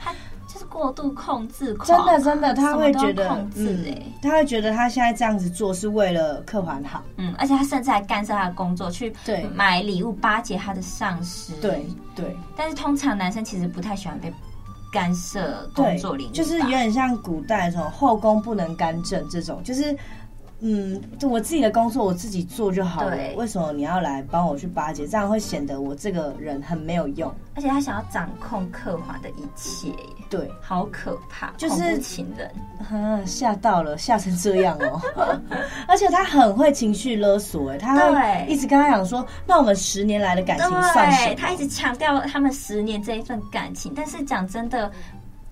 [SPEAKER 2] 就是过度控制狂
[SPEAKER 3] 真
[SPEAKER 2] 啊、
[SPEAKER 3] 的真的，他会觉
[SPEAKER 2] 什么都要
[SPEAKER 3] 得
[SPEAKER 2] 控，制哎、
[SPEAKER 3] 嗯，他会觉得他现在这样子做是为了客环好。
[SPEAKER 2] 嗯，而且他甚至还干涉他的工作，去
[SPEAKER 3] 对
[SPEAKER 2] 买礼物巴结他的上司，
[SPEAKER 3] 对，对
[SPEAKER 2] 但是通常男生其实不太喜欢被干涉工作领域
[SPEAKER 3] 对，
[SPEAKER 2] 吧，
[SPEAKER 3] 就是有点像古代那种后宫不能干政这种，就是。嗯，就我自己的工作我自己做就好了
[SPEAKER 2] 对，
[SPEAKER 3] 为什么你要来帮我去巴结？这样会显得我这个人很没有用。
[SPEAKER 2] 而且他想要掌控克环的一切耶，
[SPEAKER 3] 对，
[SPEAKER 2] 好可怕，
[SPEAKER 3] 就是
[SPEAKER 2] 恐怖情人，
[SPEAKER 3] 啊， 吓到了，吓成这样哦！ 而且他很会情绪勒索，哎，他
[SPEAKER 2] 对
[SPEAKER 3] 会一直跟他讲说，那我们十年来的感情算什
[SPEAKER 2] 对，
[SPEAKER 3] 么？
[SPEAKER 2] 他一直强调他们十年这一份感情，但是讲真的，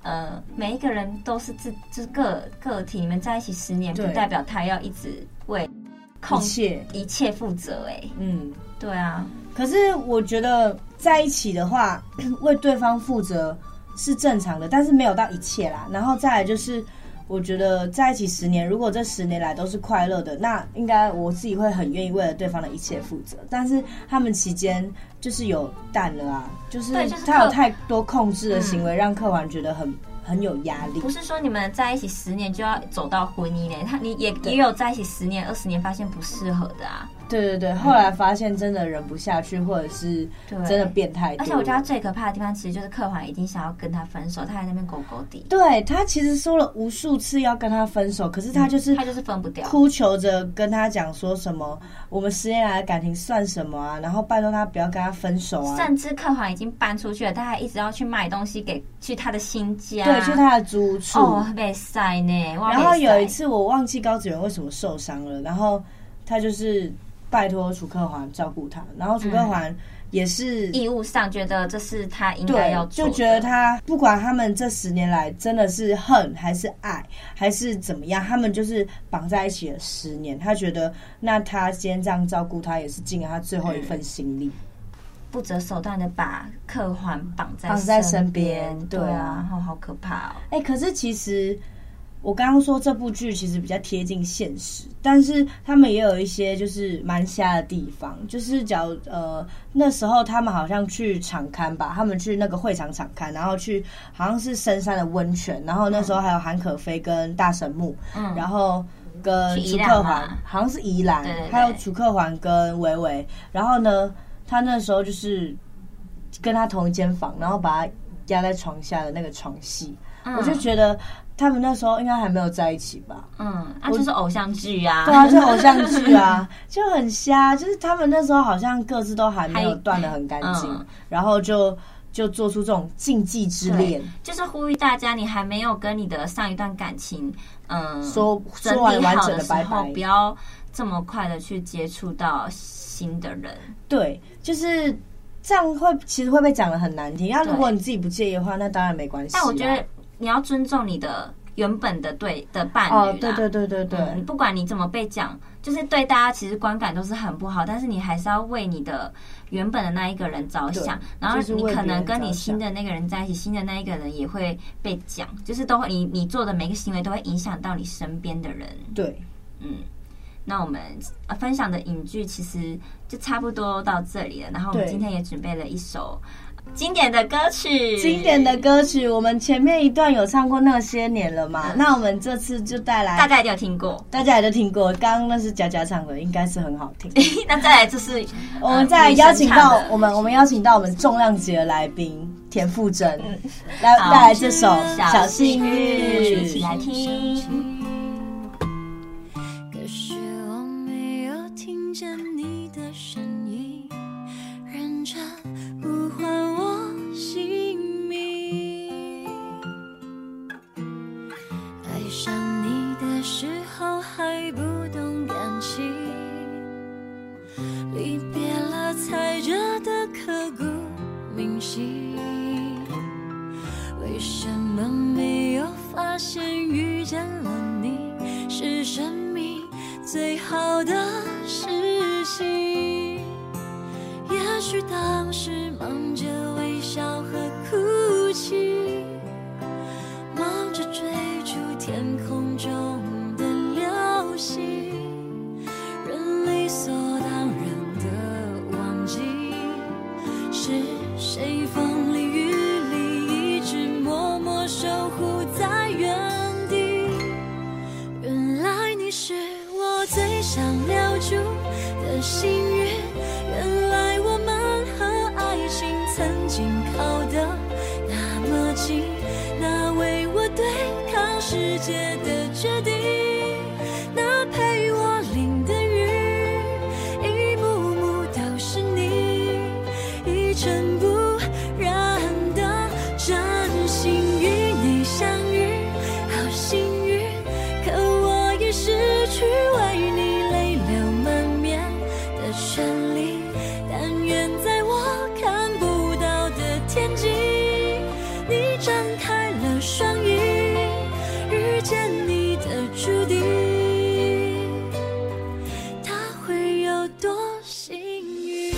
[SPEAKER 2] 呃，每一个人都是自就是个个体，你们在一起十年，不
[SPEAKER 3] 对
[SPEAKER 2] 代表他要一直为控
[SPEAKER 3] 一切，
[SPEAKER 2] 一切负责、哎，
[SPEAKER 3] 嗯。
[SPEAKER 2] 对啊，
[SPEAKER 3] 可是我觉得在一起的话， 为对方负责是正常的，但是没有到一切啦。然后再来就是，我觉得在一起十年，如果这十年来都是快乐的，那应该我自己会很愿意为了对方的一切负责。但是他们期间就是有淡了啊，就是
[SPEAKER 2] 对嗯就是
[SPEAKER 3] 他有
[SPEAKER 2] 克
[SPEAKER 3] 太多控制的行为，让客环觉得很很有压力
[SPEAKER 2] 不。是说你们在一起十年就要走到婚姻呢、他你也也有在一起十年、二十年发现不适合的啊，
[SPEAKER 3] 对对对，后来发现真的忍不下去，或者是
[SPEAKER 2] 对，
[SPEAKER 3] 真的。变态。
[SPEAKER 2] 而且我觉得他最可怕的地方，其实就是克环一定想要跟他分手，他还在那边狗狗底，
[SPEAKER 3] 对他其实说了无数次要跟他分手，可是他就是
[SPEAKER 2] 他就是分不掉。
[SPEAKER 3] 哭求着跟他讲说什么，我们十年来的感情算什么啊？然后拜托他不要跟他分手啊！
[SPEAKER 2] 甚至客环已经搬出去了，他还一直要去卖东西给去他的新家，
[SPEAKER 3] 对，去他的租屋处。
[SPEAKER 2] 啊哦，被塞呢。哇
[SPEAKER 3] 然后有一，
[SPEAKER 2] 被
[SPEAKER 3] 次我忘记高子源为什么受伤了，然后他就是拜托楚克环照顾他，然后楚克环也是。
[SPEAKER 2] 塞义务上觉得这是他应该
[SPEAKER 3] 对
[SPEAKER 2] 要，做
[SPEAKER 3] 就
[SPEAKER 2] 的，
[SPEAKER 3] 觉得他不管他们这十年来真的是恨还是爱还是怎么样，他们就是绑在一起了十年。他觉得那他今天这样照顾他，也是尽了他最后一
[SPEAKER 2] 嗯
[SPEAKER 3] 份心力。
[SPEAKER 2] 不择手段的把客环绑在
[SPEAKER 3] 绑在
[SPEAKER 2] 身
[SPEAKER 3] 身边
[SPEAKER 2] 对
[SPEAKER 3] 对
[SPEAKER 2] 啊，然
[SPEAKER 3] 啊
[SPEAKER 2] 后好可怕哦。
[SPEAKER 3] 哎、可是其实我刚刚说这部剧其实比较贴近现实，但是他们也有一些就是蛮瞎的地方，就是假如呃那时候他们好像去场刊吧，他们去那个会场场刊，然后去好像是深山的温泉，然后那时候还有韩可菲跟大神木，
[SPEAKER 2] 嗯
[SPEAKER 3] 然后跟
[SPEAKER 2] 去
[SPEAKER 3] 楚
[SPEAKER 2] 宜
[SPEAKER 3] 克
[SPEAKER 2] 兰
[SPEAKER 3] 环
[SPEAKER 2] 嘛，
[SPEAKER 3] 好像是宜兰
[SPEAKER 2] 对对对，
[SPEAKER 3] 还有楚克环跟维维，然后呢，他那时候就是跟他同一间房，然后把他压在床下的那个床戏，我就觉得他们那时候应该还没有在一起吧？
[SPEAKER 2] 嗯，啊，就是偶像剧啊，
[SPEAKER 3] 对啊，就偶像剧 啊，就很瞎，就是他们那时候好像各自都还没有
[SPEAKER 2] 还
[SPEAKER 3] 断得很干净，
[SPEAKER 2] 嗯
[SPEAKER 3] 然后就就做出这种禁忌之恋
[SPEAKER 2] 对，，就是呼吁大家，你还没有跟你的上一段感情，嗯，
[SPEAKER 3] 说
[SPEAKER 2] 整
[SPEAKER 3] 说完
[SPEAKER 2] 理
[SPEAKER 3] 完
[SPEAKER 2] 好
[SPEAKER 3] 整
[SPEAKER 2] 的
[SPEAKER 3] 的
[SPEAKER 2] 时
[SPEAKER 3] 拜
[SPEAKER 2] 候，
[SPEAKER 3] 拜
[SPEAKER 2] 不。要这么快的去接触到新的人。
[SPEAKER 3] 对，就是这样会，其实会被讲的很难听。那
[SPEAKER 2] 对
[SPEAKER 3] 如果你自己不介意的话，那当然没关系啊、
[SPEAKER 2] 但我觉得你要尊重你的原本的对的伴侣啦
[SPEAKER 3] 哦，对对对对对，
[SPEAKER 2] 嗯不管你怎么被讲，就是对大家其实观感都是很不好，但是你还是要为你的原本的那一个人着想
[SPEAKER 3] 对，
[SPEAKER 2] 然后
[SPEAKER 3] 就是
[SPEAKER 2] 你
[SPEAKER 3] 为
[SPEAKER 2] 可
[SPEAKER 3] 别
[SPEAKER 2] 能
[SPEAKER 3] 人
[SPEAKER 2] 跟
[SPEAKER 3] 着
[SPEAKER 2] 你新的那个人在一起，新的那一个人也会被讲，就是都会你你做的每个行为都会影响到你身边的人。
[SPEAKER 3] 对，
[SPEAKER 2] 嗯，那我们呃分享的影剧其实就差不多到这里了，然后我们
[SPEAKER 3] 对
[SPEAKER 2] 今天也准备了一首经典的歌曲，
[SPEAKER 3] 经典的 歌曲，我们前面一段有唱过《那些年》了嘛？那我们这次就带来，
[SPEAKER 2] 嗯大家一定有听过。
[SPEAKER 3] 大家也都听过，刚刚那是佳佳唱的，应该是很好听。
[SPEAKER 2] 那再来就是呃
[SPEAKER 3] 我们呃再来邀请到
[SPEAKER 2] 啊呃女生唱的
[SPEAKER 3] 我。们，我们邀请到我们重量级的来宾田馥甄，
[SPEAKER 2] 嗯
[SPEAKER 3] 来带来这首《小幸
[SPEAKER 2] 一起
[SPEAKER 3] 运》。
[SPEAKER 2] 来听。
[SPEAKER 4] 可是我没有听见你的声音，认真呼唤我姓名。爱上你的时候还不懂感情，离别了才觉得刻骨铭心。为什么没有发现遇见了你是生命最好的事情？也许当时忙着微笑和哭泣，忙着追逐天空中的流星，人理所当然的忘记。是谁风里雨里一直默默守护在原地？原来你是我最想留住的幸运，原来我们和爱情曾经靠得那么近，那为我对抗世界的决定。那陪我淋的雨，一幕幕都是你，一尘不染的真心与你相遇，好幸运。可我已失去为你泪流满面的权利，但愿在我看不到的天际，你张开了双翼，遇见你的注定，它会有多幸运？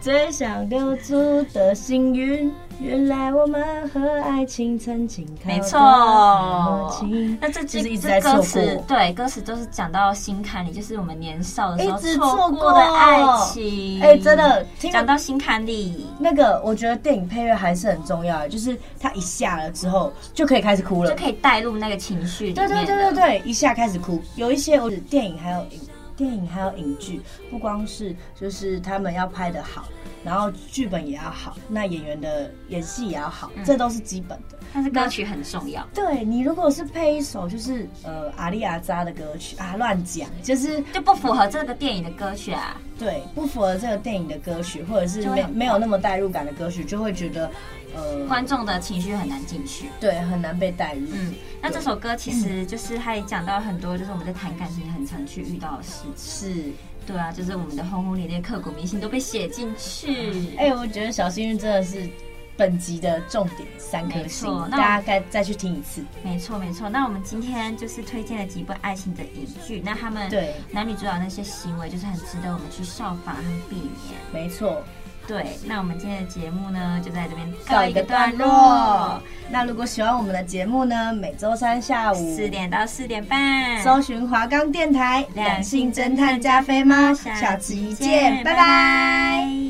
[SPEAKER 3] 最想留住的幸运，原来我们和爱情曾经靠得
[SPEAKER 2] 没错
[SPEAKER 3] 那么近，
[SPEAKER 2] 那这句
[SPEAKER 3] 就是一直
[SPEAKER 2] 这
[SPEAKER 3] 在
[SPEAKER 2] 歌
[SPEAKER 3] 错
[SPEAKER 2] 词
[SPEAKER 3] 过，
[SPEAKER 2] 对歌词都是讲到心坎里，就是我们年少的时候
[SPEAKER 3] 一直
[SPEAKER 2] 错
[SPEAKER 3] 错
[SPEAKER 2] 过
[SPEAKER 3] 过
[SPEAKER 2] 的爱情。
[SPEAKER 3] 哎真的听
[SPEAKER 2] 讲到心坎里，
[SPEAKER 3] 那个我觉得电影配乐还是很重要的，就是它一下了之后就可以开始哭了
[SPEAKER 2] 就。可以带入那个情绪里
[SPEAKER 3] 对
[SPEAKER 2] 面
[SPEAKER 3] 对
[SPEAKER 2] 了。
[SPEAKER 3] 对对对，一下开始哭。有一些我电影还有影电影还有影剧，不光是就是他们要拍的好，然后剧本也要好，那演员的演戏也要好，
[SPEAKER 2] 嗯
[SPEAKER 3] 这都是基本的。
[SPEAKER 2] 但是歌曲很重要。
[SPEAKER 3] 对你如果是配一首就是呃阿丽阿扎的歌曲啊，乱讲就是
[SPEAKER 2] 就不符合这个电影的歌曲啊，
[SPEAKER 3] 对不符合这个电影的歌曲，或者是
[SPEAKER 2] 就会嗯
[SPEAKER 3] 没
[SPEAKER 2] 很
[SPEAKER 3] 没有那么代入感的歌曲，就会觉得呃
[SPEAKER 2] 观众的情绪很难进去。
[SPEAKER 3] 对很难被代入。
[SPEAKER 2] 嗯，那这首歌其实就是它也讲到很多，就是我们在谈感情很常去遇到的事情。
[SPEAKER 3] 是，
[SPEAKER 2] 对啊，就是我们的轰轰烈烈、刻骨铭心都被写进去。
[SPEAKER 3] 哎、我觉得小幸运真的是本集的重点三颗星
[SPEAKER 2] 没错，那我
[SPEAKER 3] 大家该再去听一次。
[SPEAKER 2] 没错没错。那我们今天就是推荐了几部爱情的影剧，那他们
[SPEAKER 3] 对
[SPEAKER 2] 男女主角那些行为就是很值得我们去效仿和避免。
[SPEAKER 3] 没错，
[SPEAKER 2] 对，那我们今天的节目呢就在这边
[SPEAKER 3] 告
[SPEAKER 2] 告
[SPEAKER 3] 一
[SPEAKER 2] 一
[SPEAKER 3] 个
[SPEAKER 2] 个
[SPEAKER 3] 段
[SPEAKER 2] 段
[SPEAKER 3] 落
[SPEAKER 2] 落。。
[SPEAKER 3] 那如果喜欢我们的节目呢，每周三下午
[SPEAKER 2] 四点到四点半，
[SPEAKER 3] 搜寻华冈电台《两性侦探加菲猫》，下期见，拜拜。
[SPEAKER 2] 拜